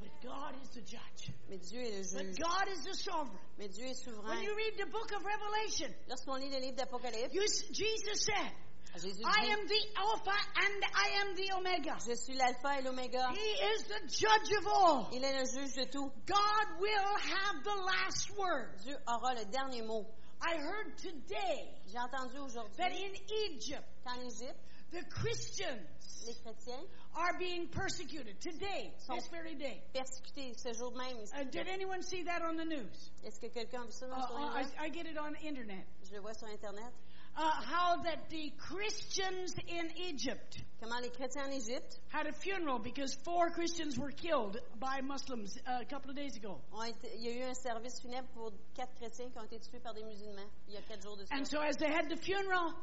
S1: But God is the judge.
S2: Mais Dieu est le
S1: But
S2: juge.
S1: God is the sovereign.
S2: Mais Dieu est souverain.
S1: When you read the book of Revelation,
S2: Lorsqu'on lit le livre d'Apocalypse,
S1: you, s- Jesus said,
S2: Ah, Jésus
S1: I
S2: dit,
S1: am the Alpha and I am the Omega.
S2: je suis l'alpha et l'oméga.
S1: He is the judge of all.
S2: Il est le juge de tout.
S1: God will have the last word.
S2: Dieu aura le dernier mot.
S1: I heard today
S2: J'ai entendu
S1: that
S2: aujourd'hui
S1: in Egypt,
S2: qu'en Égypte,
S1: the Christians
S2: les chrétiens
S1: are being persecuted today, this very day.
S2: persécutés ce jour même. ici.
S1: Uh, did anyone see that on the news?
S2: Est-ce que quelqu'un a vu ça
S1: Uh,
S2: dans
S1: uh,
S2: son
S1: I,
S2: livre?
S1: I get it on the internet.
S2: Je le vois sur Internet.
S1: Uh, how that the Christians in Egypt
S2: Comment les chrétiens en Égypte
S1: had a funeral because four Christians were killed by Muslims uh, a couple of days ago.
S2: ont été- il y a eu un service funèbre pour quatre chrétiens qui ont été tués par des musulmans il y a quatre jours de
S1: And
S2: ça.
S1: so as they had the funeral,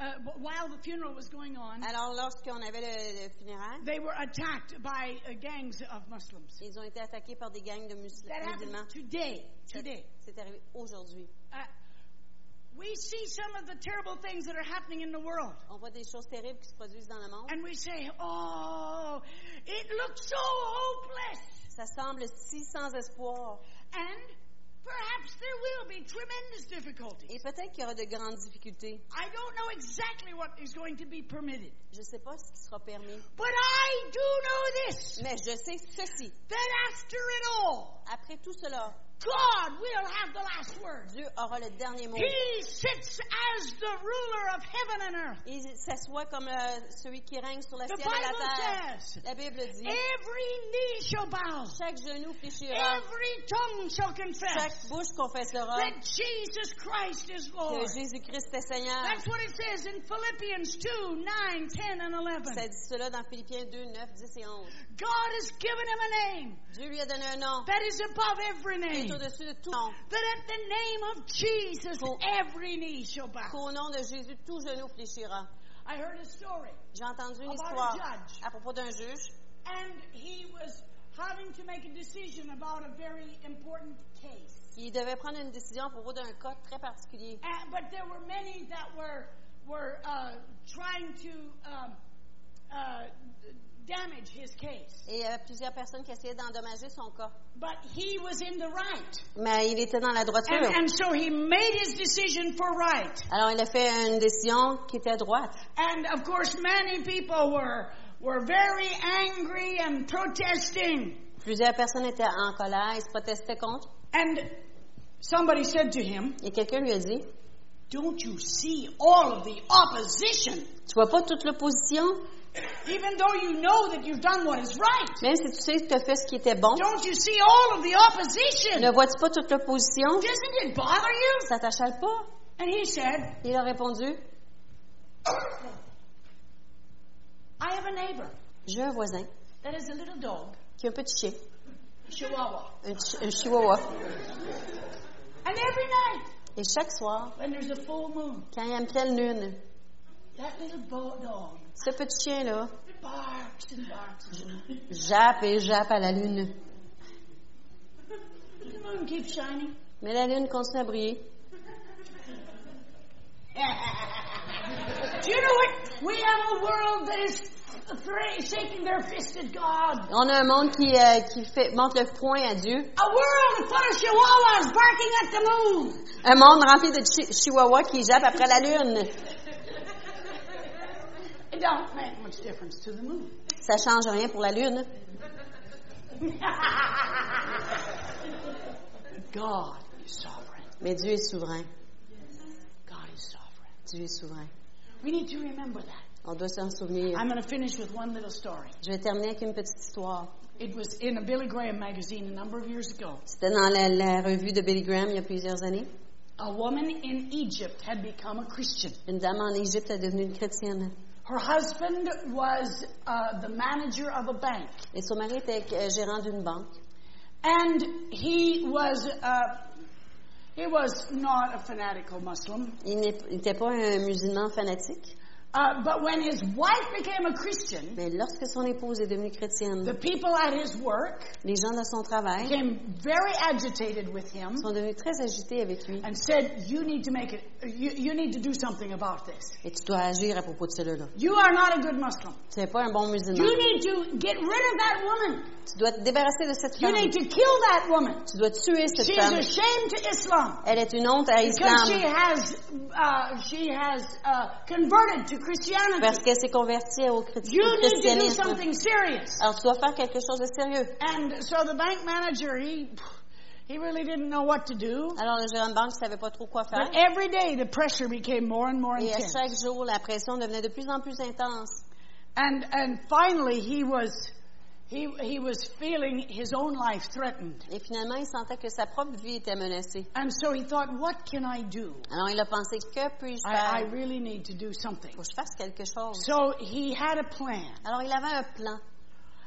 S1: uh, while the funeral was going on,
S2: Alors, lorsqu'on avait le, le funéraire,
S1: they were attacked by uh, gangs of Muslims.
S2: ils ont été attaqués par des gangs de mus-
S1: That happened
S2: musulmans.
S1: today.
S2: C'est
S1: Today.
S2: c'est arrivé aujourd'hui.
S1: Uh, we see some of the terrible things that are happening in the world.
S2: On voit des choses terribles qui se produisent dans le monde.
S1: And we say, oh, it looks so hopeless.
S2: Ça semble si sans espoir.
S1: And perhaps there will be tremendous difficulties.
S2: Et peut-être qu'il y aura de grandes difficultés.
S1: I don't know exactly what is going to be permitted.
S2: Je ne sais pas ce qui sera permis.
S1: But I do know this
S2: Mais je sais ceci.
S1: that after it all,
S2: Après tout cela,
S1: God will have the last word.
S2: Dieu aura le dernier mot.
S1: He sits as the ruler of heaven and earth.
S2: Il s'assoit comme euh, celui qui règne sur la
S1: The
S2: ciel et la
S1: Bible
S2: terre.
S1: says,
S2: La Bible dit,
S1: Every knee shall bow,
S2: chaque genou fléchira,
S1: every tongue shall confess
S2: chaque bouche confessera
S1: that Jesus Christ is
S2: que
S1: Lord.
S2: Jésus-Christ est Seigneur.
S1: That's what it says in Philippians 2 9, 10, and 11.
S2: Ça dit cela dans Philippiens 2, 9, 10 et 11.
S1: God has given him a name
S2: Dieu lui a donné un nom
S1: that is above every
S2: qui est
S1: name,
S2: au-dessus de tout nom.
S1: that at the name of Jesus every knee shall bow.
S2: Qu'au nom de Jésus, tout genou fléchira.
S1: I heard a story,
S2: J'ai entendu une
S1: About a
S2: histoire
S1: judge.
S2: à propos d'un juge
S1: and he was having to make a decision about a very important case.
S2: qui devait prendre une décision à propos d'un cas très particulier.
S1: And, but there were many that were were uh, trying to um, uh, damage his case.
S2: Et il y avait plusieurs personnes qui essayaient d'endommager son cas.
S1: But he was in the right,
S2: Mais il était dans la
S1: and,
S2: droiture.
S1: and so he made his decision for right.
S2: Alors, il a fait une décision qui était droite.
S1: And of course, many people were were very angry and protesting.
S2: Plusieurs personnes étaient en colère, ils se protestaient contre.
S1: And somebody said to him,
S2: Et quelqu'un lui a dit,
S1: "Don't you see all of the opposition?
S2: tu vois pas toute l'opposition,
S1: Even though you know that you've done what is right,
S2: même si tu sais que tu as fait ce qui était bon,
S1: don't you see all of the opposition?"
S2: ne vois-tu pas toute l'opposition?
S1: Doesn't it bother you?
S2: Ça t'achale pas?
S1: And he said,
S2: Il a répondu,
S1: I have a neighbor
S2: j'ai un voisin
S1: that is a little dog,
S2: qui a un petit chien,
S1: Chihuahua.
S2: un, chi- un chihuahua.
S1: And every night,
S2: Et chaque soir,
S1: when there's a full moon,
S2: quand il y a une pleine lune,
S1: that little bo- dog
S2: ce petit chien-là
S1: barks and barks.
S2: jappe et jappe à la lune.
S1: But the moon keeps shining.
S2: Mais la lune continue à briller.
S1: Do you know what? We have a world that is three, shaking their fist at God.
S2: On a un monde qui, euh, qui fait, montre le point à Dieu.
S1: A world full of Chihuahuas barking at the moon.
S2: Un monde rempli de chi- chihuahuas qui jappent après la lune.
S1: It don't make much difference to the moon.
S2: Ça change rien pour la lune.
S1: God is sovereign.
S2: Mais Dieu est souverain.
S1: God is sovereign.
S2: Dieu est souverain.
S1: We need to remember that.
S2: On doit s'en souvenir.
S1: I'm going to finish with one little story.
S2: Je vais terminer avec une petite histoire.
S1: It was in a Billy Graham magazine a number of years ago.
S2: C'était dans la, la revue de Billy Graham il y a plusieurs années.
S1: A woman in Egypt had become a Christian.
S2: Une dame en Égypte est devenue une chrétienne.
S1: Her husband was uh, the manager of a bank,
S2: Et son mari était euh, gérant d'une banque.
S1: and he was uh, he was not a fanatical Muslim.
S2: Il n'est- il n'était pas un musulman fanatique,
S1: Uh, but when his wife became a Christian,
S2: mais lorsque son épouse est devenue
S1: the
S2: chrétienne,
S1: people at his work
S2: les gens de son travail
S1: became very agitated with him
S2: sont devenus très agités avec lui.
S1: and said, "You need to make it. You, you need to do something about this.
S2: Et tu dois agir à propos de cela-là.
S1: You are not a good Muslim.
S2: Tu n'es pas un bon musulman.
S1: You need to get rid of that woman.
S2: Tu dois te débarrasser de cette
S1: You
S2: femme.
S1: need to kill that woman.
S2: Tu dois tuer cette
S1: She's
S2: femme.
S1: a shame to Islam."
S2: Elle est une honte à
S1: Because she
S2: l'islam
S1: has, uh, she has uh, converted to
S2: parce
S1: Christianity.
S2: qu'elle s'est convertie au chréti-
S1: You
S2: au
S1: need to do
S2: christianisme.
S1: something serious.
S2: Alors tu dois faire quelque chose de sérieux.
S1: And so the bank manager, he, he really didn't know what to do.
S2: Alors le gérant de banque ne savait pas trop quoi faire.
S1: But every day the pressure became more and more
S2: Et à
S1: intense.
S2: chaque jour, la pression devenait de plus en plus intense.
S1: And and finally he was, he he was feeling his own life threatened.
S2: Et finalement, il sentait que sa propre vie était menacée.
S1: And so he thought, what can I do?
S2: Alors il a pensé, que puis-je
S1: I, I
S2: faire?
S1: really need to do something.
S2: Faut que je fasse quelque chose.
S1: So he had a plan,
S2: Alors il avait un plan.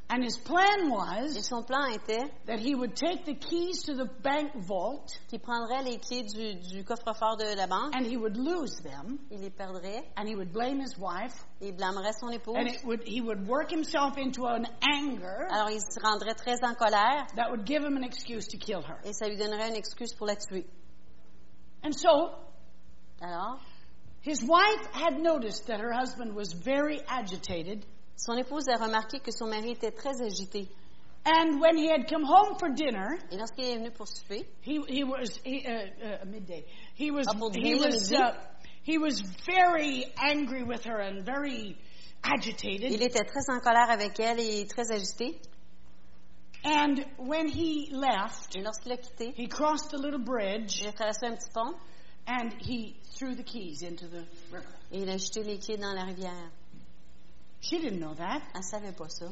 S1: and his plan
S2: Et
S1: was
S2: son plan était
S1: that he would take the keys to the bank vault
S2: qu'il prendrait les clés du, du coffre-fort de la banque,
S1: and he would lose them
S2: il les perdrait,
S1: and he would blame his wife
S2: il blâmerait son épouse.
S1: and it would he would work himself into an anger
S2: Alors il se rendrait très en colère
S1: that would give him an excuse to kill her
S2: et ça lui donnerait une excuse pour la tuer.
S1: and so
S2: Alors,
S1: his wife had noticed that her husband was very agitated
S2: son épouse a remarqué que son mari était très agité.
S1: and when he had come home for dinner
S2: Et lorsqu'il est venu pour souper,
S1: he he was he, uh, uh, midday he was
S2: Ah, pour
S1: he
S2: dîner,
S1: was
S2: midi.
S1: uh, he was very angry with her and very
S2: il
S1: agitated
S2: était très en colère avec elle et très agité.
S1: and when he left
S2: Et lorsqu'il a quitté,
S1: he crossed the little bridge
S2: il a traversé un petit pont
S1: and he threw the keys into the river
S2: et il a jeté les clés dans la rivière.
S1: She didn't know that.
S2: Elle savait pas ça,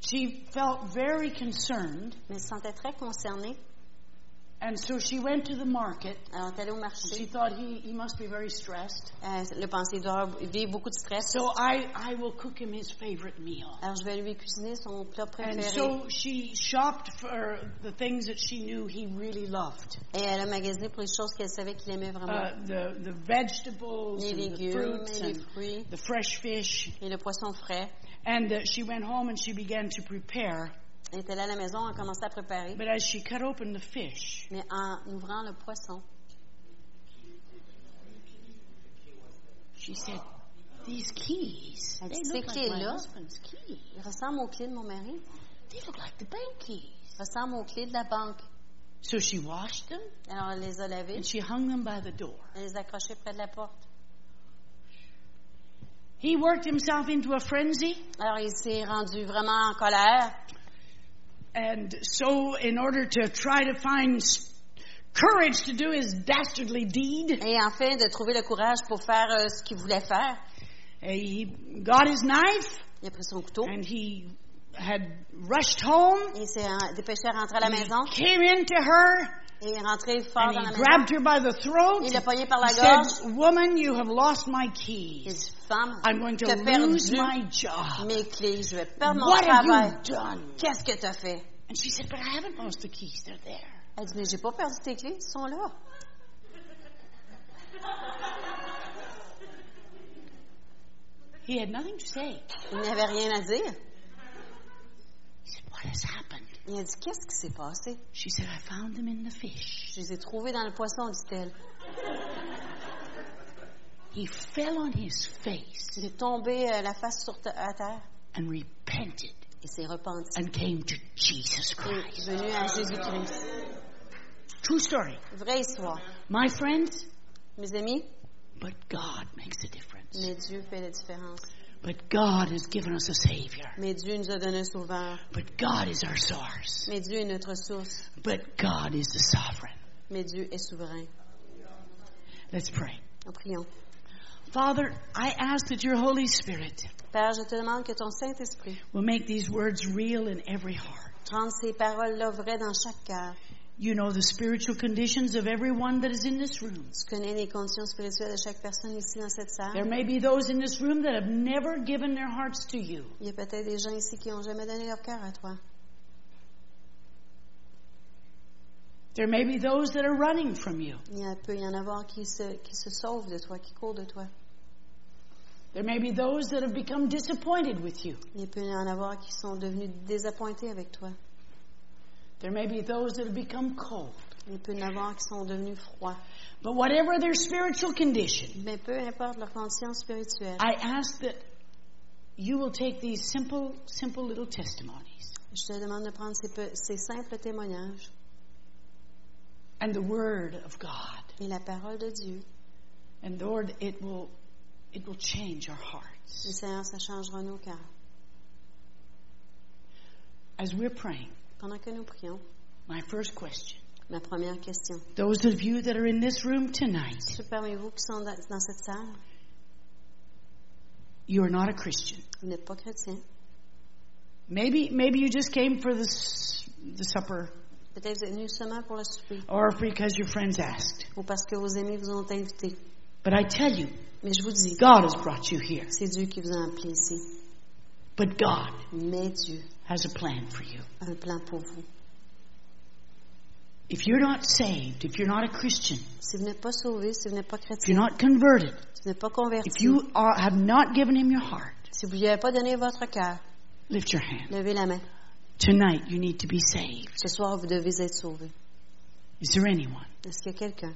S1: She felt very concerned,
S2: mais elle se sentait très concernée.
S1: and so she went to the market.
S2: Alors, elle est allée au
S1: She
S2: marché. Euh,
S1: thought he, he must be very stressed.
S2: Elle le pensée il doit vivre beaucoup de stress.
S1: So I, I will cook him his favorite meal.
S2: Alors, je vais lui cuisiner son plat
S1: And
S2: préféré.
S1: so she shopped for the things that she knew he really loved
S2: Et elle a magasiné pour les choses qu'elle savait qu'il aimait
S1: uh,
S2: vraiment.
S1: the, the vegetables,
S2: Les
S1: and the
S2: légumes,
S1: fruits,
S2: les
S1: and
S2: fruits
S1: the fresh fish.
S2: et le poisson frais.
S1: And uh, she went home and she began to prepare.
S2: Elle est allée à la maison, elle a commencé à préparer.
S1: But as she cut open the fish,
S2: Mais en ouvrant le poisson,
S1: she said, These keys,
S2: Elle
S1: they
S2: dit,
S1: look
S2: "Ces
S1: like my
S2: clés-là,
S1: husband's keys.
S2: il ressemble aux clés de mon mari.
S1: They look like the bank keys.
S2: Il ressemble aux clés de la banque.
S1: So she washed them
S2: Alors, elle les a lavés.
S1: and she hung them by the door.
S2: Elle les a accrochés près de la porte.
S1: He worked himself into a frenzy,
S2: Alors, il s'est rendu vraiment en colère.
S1: and so, in order to try to find s- courage to do his dastardly deed,
S2: Et enfin, de trouver le courage pour faire euh, ce qu'il voulait faire,
S1: he got his knife
S2: il a pris son couteau.
S1: and he had rushed home.
S2: Il s'est euh, dépêché à rentrer à la maison.
S1: Came into her
S2: Et il est rentré fort
S1: and
S2: dans
S1: he
S2: la maison.
S1: grabbed her by the throat.
S2: Il l'a pogné par
S1: He
S2: la
S1: said,
S2: gorge.
S1: "Woman, you have lost my
S2: Il a
S1: keys.
S2: dit, femme,
S1: I'm going
S2: tu as
S1: to lose
S2: perdu
S1: my job.
S2: mes clés. Je vais perdre mon
S1: What have
S2: travail.
S1: you done?"
S2: Qu'est-ce que tu as fait?
S1: And she said, "But I haven't lost the keys. They're there."
S2: Elle dit, mais j'ai pas perdu tes clés. Ils sont là.
S1: He had nothing to say.
S2: Il n'avait rien à dire.
S1: He said, What has happened?
S2: Il a dit, qu'est-ce qui s'est passé?
S1: She said, I found them in the fish.
S2: Je les ai trouvés dans le poisson, dit-elle.
S1: He fell on his face
S2: Il est tombé euh, la face sur te- à terre.
S1: and repented
S2: Il s'est repenti.
S1: and came to Jesus
S2: Il est
S1: Christ.
S2: venu à Jésus-Christ.
S1: True story.
S2: Vraie histoire.
S1: My friends,
S2: Mes amis,
S1: but God makes a difference.
S2: mais Dieu fait la différence.
S1: But God has given us a Savior.
S2: Mais Dieu nous a donné un sauveur.
S1: But God is our source.
S2: Mais Dieu est notre source.
S1: But God is the sovereign.
S2: Mais Dieu est souverain.
S1: Let's pray.
S2: En prions.
S1: Father, I ask that your Holy Spirit
S2: Père, je te demande que ton Saint-Esprit
S1: will make these words real in every heart.
S2: rende ces paroles-là vraies dans chaque cœur.
S1: You know the spiritual conditions of everyone that is in this room.
S2: Tu connais les conditions spirituelles de chaque personne ici dans cette
S1: There
S2: salle.
S1: may be those in this room that have never given their hearts to you.
S2: Il y a peut-être des gens ici qui n'ont jamais donné leur cœur à toi.
S1: There may be those that are running from you.
S2: Il y a- peut y en avoir qui se, qui se sauvent de toi, qui courent de toi.
S1: There may be those that have become disappointed with you.
S2: Il peut y en avoir qui sont devenus désappointés avec toi.
S1: There may be those that have become cold.
S2: Il peut y en avoir qui sont devenus froids.
S1: But whatever their spiritual condition,
S2: Mais peu importe leur conscience spirituelle,
S1: I ask that you will take these simple, simple little testimonies
S2: je te demande de prendre ces, peu- ces simples témoignages
S1: and the Word of God,
S2: et la parole de Dieu.
S1: and Lord, it will, it will change our
S2: Le
S1: hearts
S2: Seigneur, ça changera nos cœurs.
S1: as we're praying.
S2: Pendant que nous prions,
S1: My first question:
S2: ma première question.
S1: Those of you that are in this room tonight,
S2: Ceux parmi vous qui sont dans, dans cette salle,
S1: you are not a Christian.
S2: vous n'êtes pas chrétien.
S1: Maybe, maybe you just came for the s- the supper,
S2: Peut-être vous êtes venus seulement pour le souper
S1: or because your friends asked.
S2: ou parce que vos amis vous ont invité.
S1: But I tell you,
S2: Mais je vous dis,
S1: God has brought you here.
S2: c'est Dieu qui vous a appelé ici.
S1: But God
S2: Mais Dieu
S1: has a plan for you.
S2: a un plan pour vous.
S1: If you're not saved, if you're not a Christian,
S2: Si vous n'êtes pas sauvé, si vous n'êtes pas
S1: if you're
S2: chrétien,
S1: not converted,
S2: si vous n'êtes pas converti,
S1: If you are, have not given him your heart,
S2: si vous n'y avez pas donné votre cœur,
S1: lift your hand.
S2: levez la main.
S1: Tonight you need to be saved.
S2: Ce soir, vous devez être sauvé.
S1: Is there anyone?
S2: Est-ce qu'il y a quelqu'un?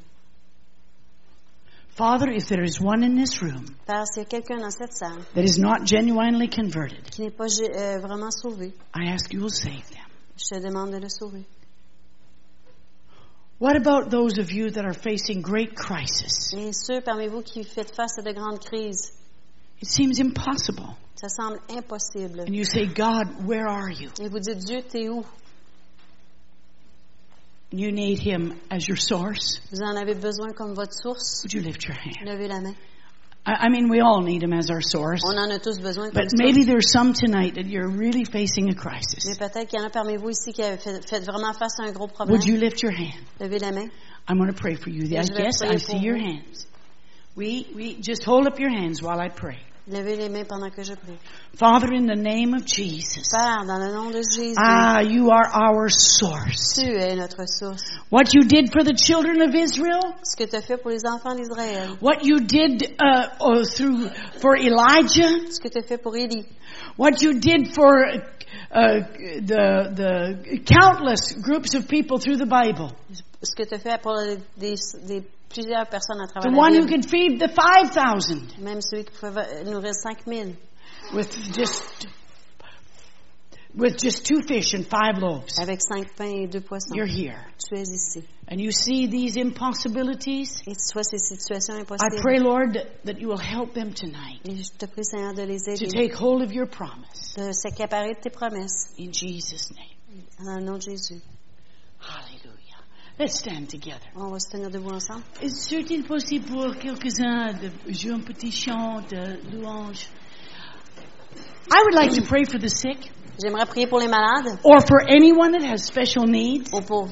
S1: Father, if there is one in this room
S2: Père, s'il y a quelqu'un dans cette salle
S1: that is not genuinely converted,
S2: qui n'est pas euh, vraiment sauvé,
S1: I ask you will save them.
S2: je te demande de le sauver.
S1: What about those of you that are facing great crisis?
S2: Et ceux parmi vous qui faites face à de grandes crises,
S1: It seems impossible.
S2: ça semble impossible.
S1: And you say, God, where are you?
S2: Et vous dites, Dieu, t'es où?
S1: And you need him as your source.
S2: Vous en avez besoin comme votre source?
S1: Would you lift your hand?
S2: Levez la main.
S1: I, I mean, we all need him as our source.
S2: On en a tous besoin comme
S1: But
S2: source.
S1: maybe there's some tonight that you're really facing a
S2: Mais
S1: crisis.
S2: peut-être qu'il y en a parmi vous ici qui avez fait, faites vraiment face à un gros problème.
S1: Would you lift your hand?
S2: Levez la main.
S1: I'm going to pray for you. I
S2: Je vais
S1: guess
S2: prier
S1: I
S2: pour
S1: see your
S2: vous.
S1: hands. We, we just hold up your hands while I pray.
S2: Levez les mains pendant que je prie.
S1: Father, in the name of Jesus,
S2: Père, dans le nom de Jésus,
S1: ah, you are our source.
S2: tu es notre source.
S1: What you did for the children of Israel,
S2: Ce que tu as fait pour les enfants d'Israël,
S1: what you did uh, uh, through for Elijah,
S2: ce que tu as fait pour Élie,
S1: what you did for uh, the the countless groups of people through the Bible,
S2: ce que tu as fait pour des, des- plusieurs personnes à
S1: the
S2: travers
S1: one
S2: la
S1: who
S2: Bible,
S1: could feed the five thousand
S2: même celui qui pouvait nourrir 5000
S1: with just with just two fish and five loaves.
S2: avec 5 pains et 2 poissons.
S1: You're here.
S2: Tu es ici.
S1: And you see these impossibilities.
S2: Et tu vois ces situations
S1: I
S2: impossibles.
S1: pray, Lord, that, that you will help them tonight
S2: Et je te prie, Seigneur, de les
S1: to
S2: aider,
S1: take hold of your promise.
S2: de s'accaparer de tes promesses.
S1: In Jesus' name.
S2: Dans le nom de Jésus.
S1: Hallelujah. Let's stand together.
S2: On va se tenir debout ensemble.
S1: Est-il possible pour quelques-uns de jouer un petit chant de louange? I would like to pray for the sick
S2: J'aimerais prier pour les malades
S1: or for anyone that has special needs.
S2: ou pour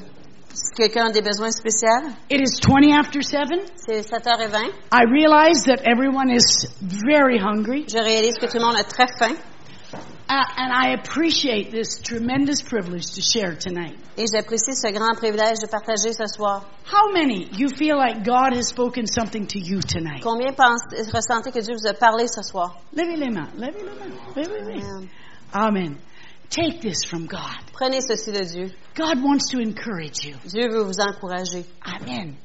S2: si quelqu'un a des besoins spéciaux.
S1: It is 20 after 7.
S2: C'est 7h20.
S1: I realize that everyone is very hungry,
S2: Je réalise que tout le monde a très faim
S1: uh, and I appreciate this tremendous privilege to share tonight.
S2: et j'apprécie ce grand privilège de partager ce soir.
S1: How many you feel like God has spoken something to you tonight?
S2: Combien pense, ressentez que Dieu vous a parlé ce soir?
S1: Levez les mains, levez les mains, levez les mains.
S2: Amen.
S1: Amen. Take this from God.
S2: Prenez ceci de Dieu.
S1: God wants to encourage you.
S2: Dieu veut vous encourager.
S1: Amen.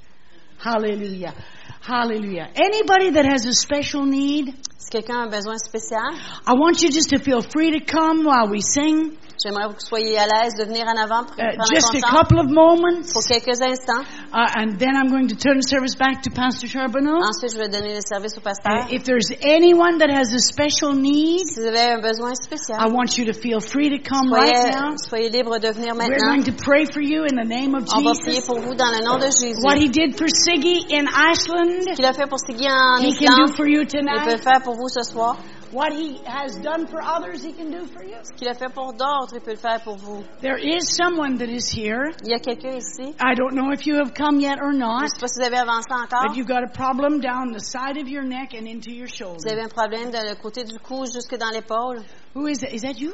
S1: Hallelujah. Hallelujah. Anybody that has a special need,
S2: Si quelqu'un a un besoin spécial,
S1: I want you just to feel free to come while we sing.
S2: j'aimerais que vous soyez à l'aise de venir en avant pour
S1: Uh,
S2: prendre
S1: just a
S2: un
S1: couple of moments,
S2: pour quelques instants.
S1: uh, and then I'm going to turn the service back to Pastor Charbonneau.
S2: Ensuite, je vais donner le service au
S1: Uh,
S2: pasteur.
S1: if there's anyone that has a special need,
S2: Si vous avez un besoin
S1: I
S2: spécial,
S1: want you to feel free to come right
S2: soyez,
S1: now.
S2: soyez libre de venir
S1: We're going
S2: maintenant.
S1: to pray for you in the name of
S2: On va prier
S1: Jesus.
S2: pour vous dans le nom de Jésus.
S1: What he did for Siggy in Iceland,
S2: Ce qu'il a fait pour Siggy en
S1: he can do
S2: Islande,
S1: for you
S2: il peut le
S1: tonight.
S2: faire pour vous ce soir.
S1: What he has done for others, he can do for you.
S2: Ce qu'il a fait pour d'autres, il peut le faire pour vous.
S1: There is someone that is here.
S2: Il y a quelqu'un ici.
S1: I don't know if you have come yet or
S2: Je ne
S1: not,
S2: sais pas si vous avez avancé encore.
S1: but you've got a problem down the side of your neck and into your shoulder.
S2: Vous avez un problème dans le côté du cou jusque dans l'épaule.
S1: Who is that? Is that you?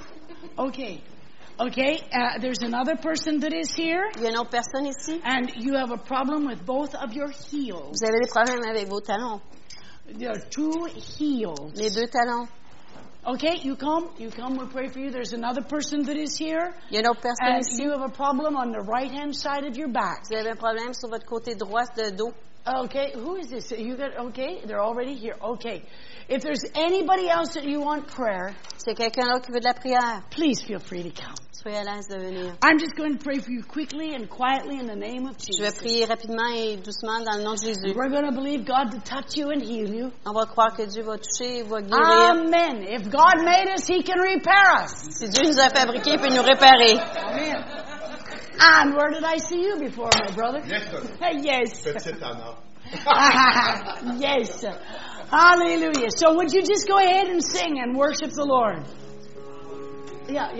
S1: Okay. Okay, uh, there's another person that is here,
S2: Il y a une autre personne ici.
S1: and you have a problem with both of your heels.
S2: Vous avez des problèmes avec vos talons,
S1: There are two heels.
S2: les deux talons.
S1: Okay, you come, you come, we pray for you. There's another person that is here,
S2: Il y a une autre personne
S1: and
S2: ici.
S1: you have a problem on the right hand side of your back.
S2: Vous avez un problème sur votre côté droit de dos.
S1: Okay, who is this? You got, okay, they're already here. Okay. If there's anybody else that you want prayer,
S2: C'est quelqu'un d'autre qui veut de la prière.
S1: please feel free to come.
S2: Soyez à l'aise de venir.
S1: I'm just going to pray for you quickly and quietly in the name of
S2: Je vais
S1: Jesus.
S2: prier rapidement et doucement dans le nom de Jésus.
S1: We're going to believe God to touch you and heal you.
S2: On va croire que Dieu va toucher, va guérir.
S1: Amen. If God made us, He can repair us.
S2: Si Dieu nous a fabriqués, il peut nous réparer.
S1: Amen. And where did I see you before, my brother?
S3: Yes,
S1: yes.
S3: Petite Anna.
S1: yes. Hallelujah. So would you just go ahead and sing and worship the Lord? Yeah.